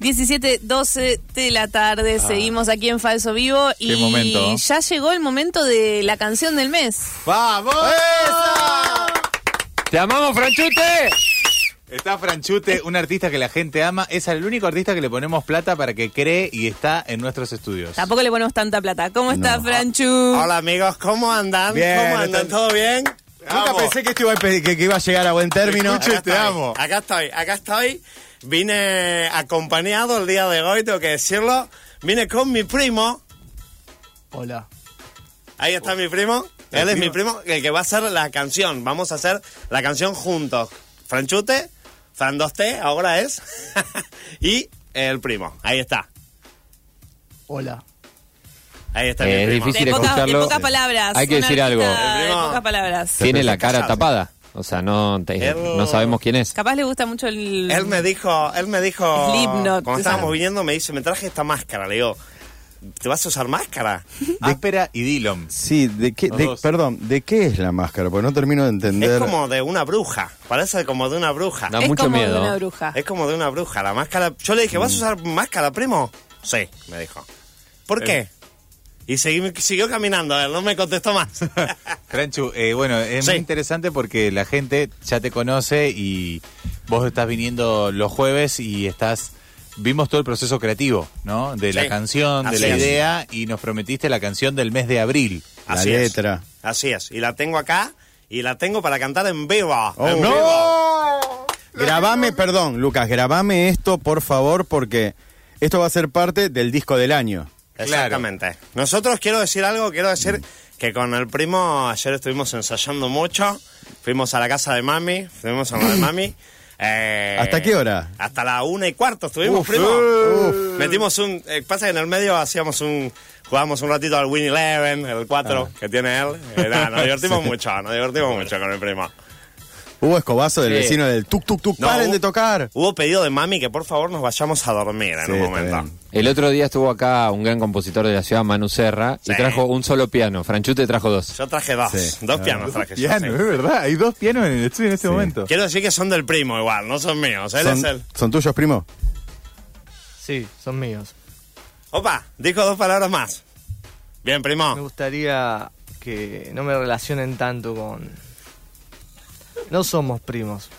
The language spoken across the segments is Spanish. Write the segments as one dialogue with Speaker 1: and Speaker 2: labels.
Speaker 1: 17.12 de la tarde, seguimos aquí en Falso Vivo y
Speaker 2: momento.
Speaker 1: ya llegó el momento de la canción del mes.
Speaker 2: ¡Vamos!
Speaker 3: ¡Te amamos, Franchute!
Speaker 2: Está Franchute, un artista que la gente ama. Es el único artista que le ponemos plata para que cree y está en nuestros estudios.
Speaker 1: Tampoco le ponemos tanta plata. ¿Cómo está, Franchu?
Speaker 4: Hola amigos, ¿cómo andan?
Speaker 2: Bien,
Speaker 4: ¿Cómo andan?
Speaker 2: están-
Speaker 4: ¿Todo bien?
Speaker 2: Amo.
Speaker 5: Nunca pensé que esto iba a, empe- que, que iba a llegar a buen término.
Speaker 2: Escucho y te
Speaker 4: estoy,
Speaker 2: amo.
Speaker 4: Acá estoy, acá estoy. Vine acompañado el día de hoy, tengo que decirlo. Vine con mi primo.
Speaker 5: Hola.
Speaker 4: Ahí está mi primo.
Speaker 2: ¿El
Speaker 4: Él es
Speaker 2: primo?
Speaker 4: mi primo, el que va a hacer la canción. Vamos a hacer la canción juntos. Franchute, Fran 2T, ahora es. y el primo. Ahí está.
Speaker 5: Hola.
Speaker 4: Ahí está
Speaker 3: Eh,
Speaker 4: mi
Speaker 3: es
Speaker 4: primo.
Speaker 3: difícil.
Speaker 1: de, pocas, de
Speaker 3: escucharlo.
Speaker 1: pocas palabras.
Speaker 3: Hay que
Speaker 1: un
Speaker 3: decir
Speaker 1: artista
Speaker 3: algo.
Speaker 1: De
Speaker 4: Primo.
Speaker 1: pocas palabras.
Speaker 3: Tiene la
Speaker 4: estoy
Speaker 3: cara
Speaker 4: callado.
Speaker 3: tapada. O sea, no, te-
Speaker 4: El-
Speaker 3: no sabemos quién es.
Speaker 1: Capaz le gusta mucho el.
Speaker 4: Él me dijo, él me dijo,
Speaker 1: Slipknot.
Speaker 4: cuando estábamos viniendo me dice, me traje esta máscara. Le digo, ¿te vas a usar máscara?
Speaker 2: Áspera y Dillom.
Speaker 5: Sí, ¿de qué,
Speaker 2: Los
Speaker 5: de-
Speaker 2: dos.
Speaker 5: perdón, ¿de qué es la máscara? Porque no termino de entender.
Speaker 4: Es como de una bruja, parece como de una bruja.
Speaker 3: Da
Speaker 1: es
Speaker 3: mucho
Speaker 1: como
Speaker 3: miedo.
Speaker 1: De una bruja.
Speaker 4: Es como de una bruja, la máscara. Yo le dije,
Speaker 5: Mm.
Speaker 4: ¿vas a usar máscara, primo? Sí, me dijo. ¿Por qué? Y segui- siguió caminando, él no me contestó más.
Speaker 2: Franchu, eh, bueno, es muy
Speaker 4: Sí.
Speaker 2: interesante porque la gente ya te conoce y vos estás viniendo los jueves y estás... Vimos todo el proceso creativo, ¿no? De la
Speaker 4: Sí.
Speaker 2: canción, de
Speaker 4: Así
Speaker 2: la
Speaker 4: es.
Speaker 2: idea y nos prometiste la canción del mes de abril.
Speaker 5: La
Speaker 4: Así es.
Speaker 5: letra.
Speaker 4: Así es. Y la tengo acá y la tengo para cantar en vivo.
Speaker 5: Oh,
Speaker 4: En
Speaker 5: ¡No!
Speaker 4: vivo.
Speaker 5: Grabame, perdón, Lucas, grabame esto, por favor, porque esto va a ser parte del disco del año.
Speaker 2: Claro.
Speaker 4: Exactamente. Nosotros quiero decir algo, quiero decir
Speaker 5: Mm.
Speaker 4: que con el primo ayer estuvimos ensayando mucho, fuimos a la casa de mami, estuvimos a la de mami. eh,
Speaker 5: ¿Hasta qué hora?
Speaker 4: Hasta la una y cuarto estuvimos,
Speaker 5: Uf,
Speaker 4: primo.
Speaker 5: uf.
Speaker 4: Metimos un... eh, pasa que en el medio hacíamos un... Jugábamos un ratito al Win Eleven, el 4
Speaker 5: Ah.
Speaker 4: que tiene él. Eh, nada, nos divertimos mucho, nos divertimos mucho con el primo.
Speaker 5: Hubo escobazo del
Speaker 3: Sí.
Speaker 5: vecino del tuk tuk tuk.
Speaker 4: No,
Speaker 5: ¡Paren
Speaker 4: hubo-
Speaker 5: de tocar!
Speaker 4: Hubo pedido de mami que por favor nos vayamos a dormir en
Speaker 5: Sí,
Speaker 4: un
Speaker 5: está
Speaker 4: momento.
Speaker 5: bien.
Speaker 3: El otro día estuvo acá un gran compositor de la ciudad, Manu Serra, y
Speaker 4: Sí.
Speaker 3: trajo un solo piano. Franchute trajo dos.
Speaker 4: Yo traje dos,
Speaker 5: Sí.
Speaker 4: dos pianos traje yo. sí.
Speaker 2: Piano, es verdad, hay dos pianos en el estudio en este momento.
Speaker 4: Quiero decir que son del primo igual, no son míos. Él es
Speaker 5: ¿Son,
Speaker 4: el.
Speaker 5: son tuyos, primo?
Speaker 6: Sí, son míos.
Speaker 4: Opa, dijo dos palabras más. Bien,
Speaker 6: Me
Speaker 4: primo.
Speaker 6: gustaría que no me relacionen tanto con... No somos primos.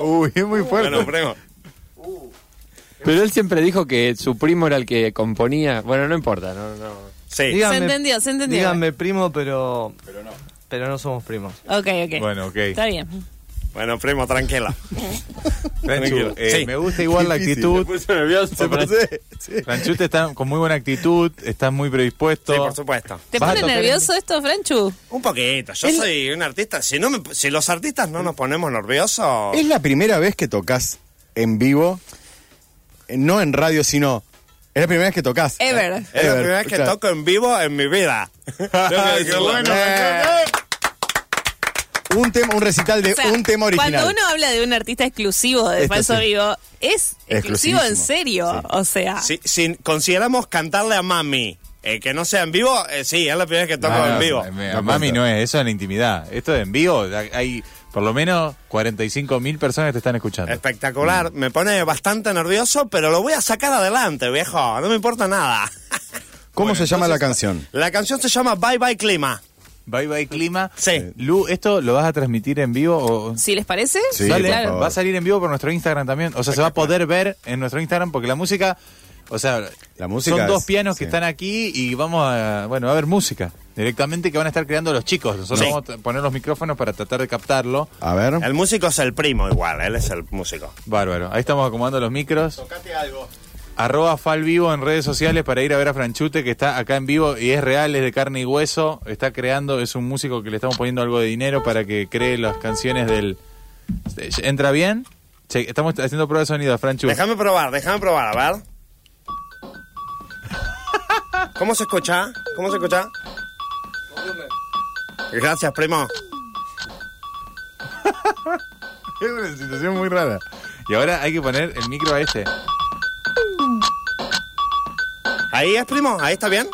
Speaker 2: Uy, es muy fuerte.
Speaker 4: Bueno, primo.
Speaker 3: Pero él siempre dijo que su primo era el que componía. Bueno, no importa, no, no.
Speaker 4: Sí.
Speaker 1: Se entendió, se entendió.
Speaker 6: Díganme primo, pero... Pero no. somos primos.
Speaker 1: Ok, ok.
Speaker 2: Bueno, ok.
Speaker 1: Está bien.
Speaker 4: Bueno, primo, tranquilo.
Speaker 2: Franchu,
Speaker 4: Tranquilo.
Speaker 2: eh,
Speaker 4: Sí.
Speaker 2: me gusta igual la
Speaker 5: Difícil.
Speaker 2: actitud.
Speaker 5: Se parece- sí.
Speaker 2: Franchu te está con muy buena actitud, estás muy predispuesto.
Speaker 4: Sí, por supuesto.
Speaker 1: ¿Te
Speaker 2: Vas a
Speaker 1: pone
Speaker 2: tocar en-
Speaker 1: nervioso esto, Franchu?
Speaker 4: Un poquito. Yo
Speaker 1: El-
Speaker 4: soy un artista. Si, no me- si los artistas no nos ponemos nerviosos.
Speaker 5: ¿Es la primera vez que tocas en vivo? Eh, No en radio, sino. Es la primera vez que tocas.
Speaker 1: Ever.
Speaker 4: Es la
Speaker 5: Ever,
Speaker 4: primera vez que
Speaker 5: claro.
Speaker 4: toco en vivo en mi vida. Tengo que decirlo.
Speaker 5: Eh. Un, tema, un recital de
Speaker 1: O sea,
Speaker 5: Eh, un tema original.
Speaker 1: Cuando uno habla de un artista exclusivo de
Speaker 5: Esto
Speaker 1: Falso
Speaker 5: sí.
Speaker 1: Vivo, es exclusivo en
Speaker 5: Exclusivísimo.
Speaker 1: serio.
Speaker 5: Sí.
Speaker 1: O sea,
Speaker 4: Si, si consideramos cantarle a mami eh, que no sea en vivo, eh, sí, es la primera vez que toco
Speaker 2: No,
Speaker 4: en
Speaker 2: no,
Speaker 4: vivo.
Speaker 2: me- me- mami no es, eso en la intimidad. Esto de en vivo, la- hay por lo menos 45 mil personas que te están escuchando.
Speaker 4: Eh. Espectacular, me pone bastante nervioso, pero lo voy a sacar adelante, viejo, no me importa nada.
Speaker 5: ¿Cómo
Speaker 2: Bueno,
Speaker 5: se llama
Speaker 2: entonces-
Speaker 5: la canción?
Speaker 4: La canción se llama Bye Bye Clima.
Speaker 2: Bye bye clima.
Speaker 4: Sí.
Speaker 2: Lu, ¿esto lo vas a transmitir en vivo? O...
Speaker 1: si les parece,
Speaker 5: Sí,
Speaker 2: Dale,
Speaker 5: por favor.
Speaker 2: va a salir en vivo por nuestro Instagram también. O sea, se va a poder ver en nuestro Instagram porque la música, o sea,
Speaker 5: La música
Speaker 2: son dos
Speaker 5: es-
Speaker 2: pianos que
Speaker 5: sí.
Speaker 2: están aquí y vamos a, bueno, a ver música directamente que van a estar creando los chicos. Nosotros
Speaker 4: Sí.
Speaker 2: vamos a t- poner los micrófonos para tratar de captarlo.
Speaker 5: A ver.
Speaker 4: El músico es el primo igual, él es el músico.
Speaker 2: Bárbaro. Ahí estamos acomodando los micros. Tocate algo. Arroba Fal Vivo en redes sociales para ir a ver a Franchute que está acá en vivo y es real, es de carne y hueso. Está creando, es un músico que le estamos poniendo algo de dinero para que cree las canciones del. ¿Entra bien? Che, estamos haciendo prueba de sonido, Franchu.
Speaker 4: Déjame probar, déjame probar, a ver. ¿Cómo se escucha? ¿Cómo se escucha? Gracias, primo.
Speaker 2: Es una situación muy rara. Y ahora hay que poner el micro a este.
Speaker 4: Ahí es, primo, ahí está bien.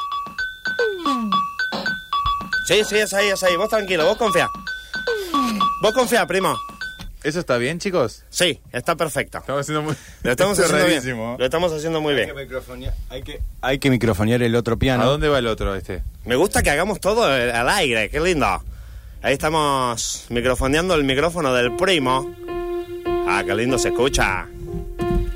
Speaker 4: Sí, sí, es ahí, es ahí. Vos tranquilo, vos confía. Vos confía, primo.
Speaker 2: ¿Eso está bien, chicos?
Speaker 4: Sí, está perfecto.
Speaker 2: Estamos haciendo muy...
Speaker 4: Lo estamos
Speaker 2: Esto es
Speaker 4: haciendo
Speaker 2: rarísimo.
Speaker 4: bien. Lo estamos haciendo muy bien.
Speaker 5: Hay que, hay que microfonear el otro
Speaker 2: ¿A
Speaker 5: piano.
Speaker 2: dónde va el otro este?
Speaker 4: Me gusta que hagamos todo eh, al aire, qué lindo. Ahí estamos microfoneando el micrófono del primo. Ah, qué lindo se escucha.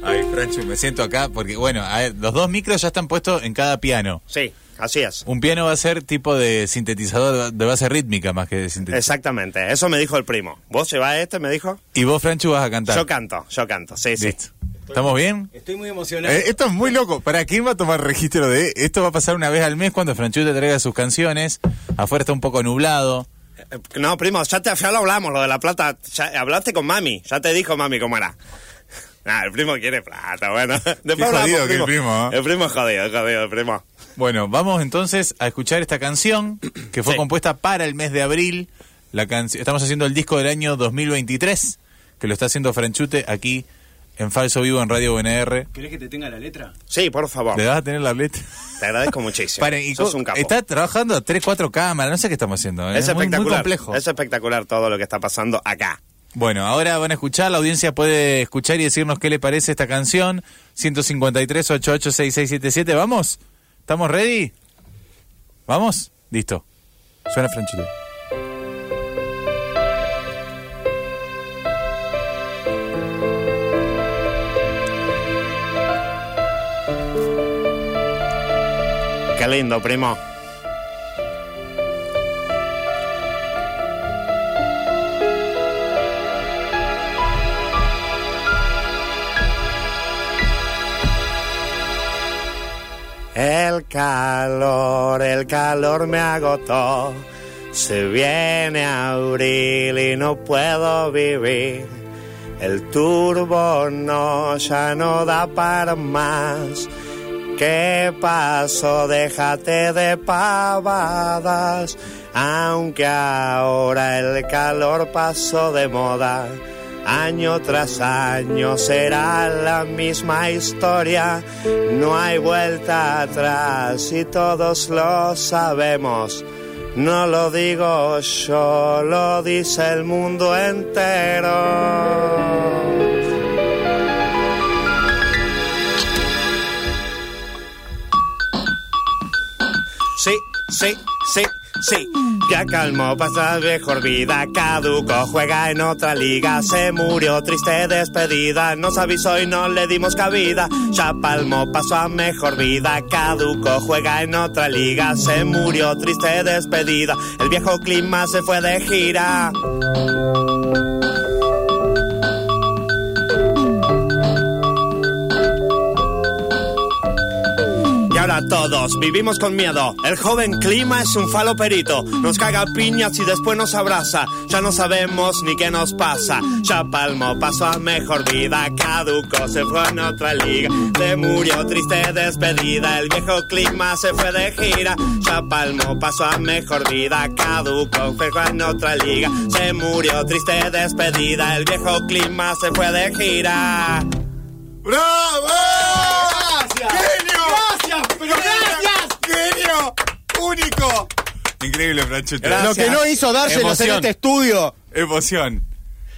Speaker 2: Ay, Franchu, me siento acá porque, bueno, a ver, los dos micros ya están puestos en cada piano.
Speaker 4: Sí, así es.
Speaker 2: Un piano va a ser tipo de sintetizador de base rítmica más que de sintetizador.
Speaker 4: Exactamente, eso me dijo el primo. ¿Vos llevás este? Me dijo.
Speaker 2: Y vos, Franchu, vas a cantar.
Speaker 4: Yo canto, yo canto, sí, sí.
Speaker 2: Listo. ¿Estamos bien?
Speaker 5: Estoy muy emocionado.
Speaker 2: Eh, esto es muy loco. ¿Para quién va a tomar registro de esto? Va a pasar una vez al mes cuando Franchu te traiga sus canciones. Afuera está un poco nublado.
Speaker 4: Eh, No, primo, ya, te, ya lo hablamos, lo de la plata. Ya hablaste con mami, ya te dijo mami cómo era. Ah, el primo quiere plata, bueno. Después hablamos,
Speaker 2: jodido que el primo, ¿eh?
Speaker 4: El primo es jodido, es jodido, el primo.
Speaker 2: Bueno, vamos entonces a escuchar esta canción que fue
Speaker 4: Sí.
Speaker 2: compuesta para el mes de abril. La canci- Estamos haciendo el disco del año 2023, que lo está haciendo Franchute aquí en Falso Vivo en Radio BNR.
Speaker 7: ¿Querés que te tenga la letra?
Speaker 4: Sí, por favor,
Speaker 2: ¿Le vas a tener la letra?
Speaker 4: te agradezco muchísimo.
Speaker 2: Paren, y
Speaker 4: Sos
Speaker 2: co-
Speaker 4: un capo.
Speaker 2: Está trabajando a 3, 4 cámaras, no sé qué estamos haciendo. ¿eh?
Speaker 4: es
Speaker 2: muy, muy
Speaker 4: espectacular.
Speaker 2: complejo.
Speaker 4: Es espectacular todo lo que está pasando acá.
Speaker 2: Bueno, ahora van a escuchar, la audiencia puede escuchar y decirnos qué le parece esta canción. 153-886677, ¿vamos? ¿Estamos ready? ¿Vamos? Listo. Suena Franchute.
Speaker 4: Qué lindo, primo. El calor, el calor me agotó. Se viene abril y no puedo vivir. El turbo no, ya no da para más. ¿Qué pasó? Déjate de pavadas. Aunque ahora el calor pasó de moda, año tras año será la misma historia. No hay vuelta atrás y todos lo sabemos. No lo digo yo, lo dice el mundo entero. Sí, sí, sí, sí. Ya calmó, pasa mejor vida, caduco, juega en otra liga, se murió, triste despedida, nos avisó y no le dimos cabida. Ya palmó, pasó a mejor vida, caduco, juega en otra liga, se murió, triste despedida, el viejo clima se fue de gira. Y ahora todos vivimos con miedo. El joven clima es un falo perito. Nos caga piñas y después nos abraza. Ya no sabemos ni qué nos pasa. Ya palmo, pasó a mejor vida. Caduco, se fue en otra liga. Se murió, triste despedida. El viejo clima se fue de gira. Ya palmo, pasó a mejor vida. Caduco, se fue en otra liga. Se murió, triste despedida. El viejo clima se fue de gira.
Speaker 2: ¡Bravo!
Speaker 7: ¡Gracias!
Speaker 2: ¡Genio!
Speaker 7: ¡Gracias! ¡Pero gracias!
Speaker 4: Este,
Speaker 2: ¡Genio! ¡Único! Increíble, Franchute.
Speaker 5: Lo que no hizo dárselos en
Speaker 2: Emoción.
Speaker 5: este estudio.
Speaker 2: Emoción.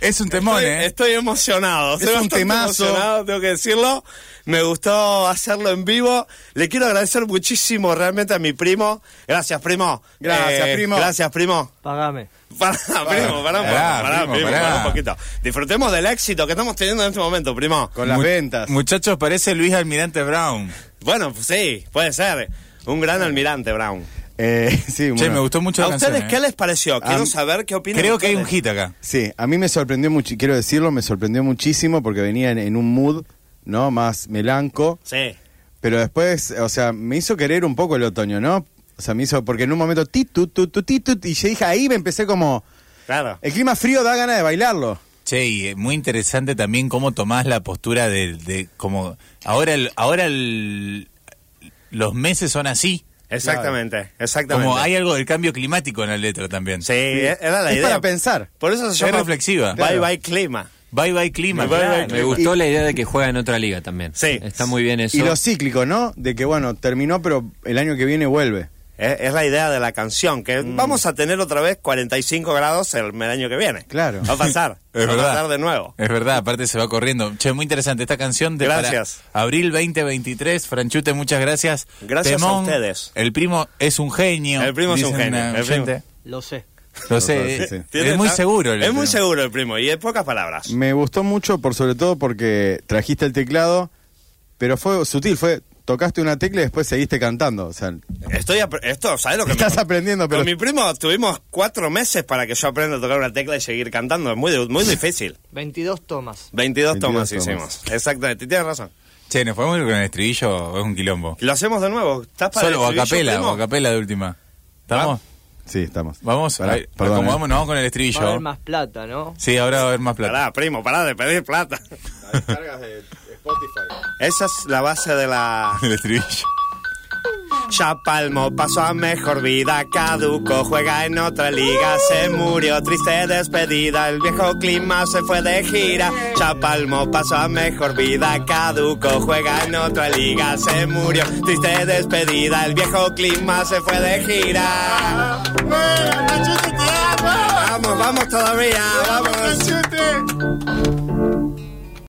Speaker 2: Es un temón,
Speaker 4: Estoy,
Speaker 2: ¿eh?
Speaker 4: estoy emocionado. Estoy
Speaker 5: un
Speaker 4: bastante
Speaker 5: temazo.
Speaker 4: emocionado, tengo que decirlo. Me gustó hacerlo en vivo. Le quiero agradecer muchísimo realmente a mi primo. Gracias, primo. Eh,
Speaker 5: Gracias, primo.
Speaker 4: Gracias, primo.
Speaker 6: Pagame.
Speaker 4: Pará, primo, pará, un poco,
Speaker 2: Pará,
Speaker 4: pará,
Speaker 2: primo,
Speaker 4: primo,
Speaker 2: pará.
Speaker 4: pará un poquito. Disfrutemos del éxito que estamos teniendo en este momento, primo.
Speaker 5: Con las
Speaker 2: Mu-
Speaker 5: ventas.
Speaker 2: Muchachos, parece Luis Almirante Brown.
Speaker 4: Bueno, pues sí, puede ser. Un gran almirante, Brown.
Speaker 5: Eh, sí,
Speaker 2: Che,
Speaker 5: bueno.
Speaker 2: me gustó mucho
Speaker 4: ¿A
Speaker 2: la
Speaker 4: ustedes
Speaker 2: canción,
Speaker 4: qué
Speaker 2: ¿eh?
Speaker 4: les pareció? Quiero
Speaker 5: Am-
Speaker 4: saber qué opinan.
Speaker 2: Creo que hay un
Speaker 4: ustedes.
Speaker 2: hit acá.
Speaker 5: Sí, a mí me sorprendió mucho, quiero decirlo, me sorprendió muchísimo porque venía en, en un mood, ¿no? Más melanco.
Speaker 4: Sí.
Speaker 5: Pero después, o sea, me hizo querer un poco el otoño, ¿no? O sea, me hizo, porque en un momento, ti, tu, tu, tu, ti, tu, y yo dije, ahí me empecé como,
Speaker 4: Claro.
Speaker 2: Eh,
Speaker 5: el clima frío da ganas de bailarlo.
Speaker 2: Che, y eh, muy interesante también cómo tomás la postura de, de como ahora el- ahora el- los meses son así.
Speaker 4: Exactamente, exactamente.
Speaker 2: Como hay algo del cambio climático en la letra también.
Speaker 4: Sí, e-, era la
Speaker 5: es
Speaker 4: idea.
Speaker 5: para pensar.
Speaker 4: Por eso se
Speaker 2: Es
Speaker 4: llama
Speaker 2: reflexiva.
Speaker 4: Bye bye clima.
Speaker 2: Bye bye clima.
Speaker 4: Bye bye
Speaker 2: claro.
Speaker 3: Me gustó la idea de que juega en otra liga también.
Speaker 4: Sí.
Speaker 3: Está muy bien eso.
Speaker 5: Y lo cíclico, ¿no? De que, bueno, terminó, pero el año que viene vuelve.
Speaker 4: Es, es la idea de la canción, que
Speaker 2: Mm.
Speaker 4: vamos a tener otra vez 45 grados el, el año que viene.
Speaker 5: Claro.
Speaker 4: Va a pasar.
Speaker 2: Es
Speaker 4: va a
Speaker 2: verdad.
Speaker 4: pasar de nuevo.
Speaker 2: Es verdad, aparte se va corriendo. Che, muy interesante esta canción de
Speaker 4: Gracias.
Speaker 2: para abril 2023. Franchute, muchas gracias.
Speaker 4: Gracias a
Speaker 2: Temón.
Speaker 4: ustedes.
Speaker 2: El primo es un genio.
Speaker 4: El primo es un
Speaker 2: dicen,
Speaker 4: genio,
Speaker 2: eh,
Speaker 4: el primo.
Speaker 2: gente.
Speaker 6: Lo sé.
Speaker 2: Lo sé,
Speaker 5: Sí,
Speaker 2: eh,
Speaker 5: sí.
Speaker 4: Tiene-
Speaker 2: es muy
Speaker 4: está-
Speaker 2: seguro. el Mm.
Speaker 4: Es muy
Speaker 2: primo.
Speaker 4: seguro el primo, y en pocas palabras.
Speaker 5: Me gustó mucho, por sobre todo porque trajiste el teclado, pero fue sutil, fue tocaste una tecla y después seguiste cantando. O sea,
Speaker 4: Estoy apre- esto, ¿sabes lo que me-
Speaker 5: estás aprendiendo, pero
Speaker 4: Con mi primo tuvimos cuatro meses para que yo aprenda a tocar una tecla y seguir cantando. Es muy, muy difícil.
Speaker 6: 22 tomas.
Speaker 4: 22,
Speaker 5: 22
Speaker 4: tomas,
Speaker 5: tomas.
Speaker 4: hicimos. Exactamente, tienes razón.
Speaker 2: Che, ¿nos podemos ir con el estribillo o es un quilombo?
Speaker 4: Lo hacemos de nuevo. ¿Estás para
Speaker 2: Solo o
Speaker 4: el
Speaker 2: a
Speaker 4: estribillo,
Speaker 2: capela,
Speaker 4: ¿eh? primo?
Speaker 2: o a capela de última. ¿Estamos?
Speaker 5: sí, estamos.
Speaker 2: Vamos,
Speaker 5: Pará,
Speaker 2: a ver,
Speaker 5: perdón,
Speaker 2: acomodamos,
Speaker 5: eh.
Speaker 2: nos vamos con el
Speaker 6: Va a haber
Speaker 2: estribillo.
Speaker 6: más plata, ¿no?
Speaker 2: Sí, ahora va a haber más plata.
Speaker 4: Pará, primo, pará de pedir plata. Esa es la base de la...
Speaker 2: El estribillo.
Speaker 4: Ya palmo, pasó a mejor vida, caduco, juega en otra liga, se murió, triste despedida, el viejo clima se fue de gira. Ya palmo, pasó a mejor vida, caduco, juega en otra liga, se murió, triste despedida, el viejo clima se fue de gira. Vamos, vamos todavía, vamos.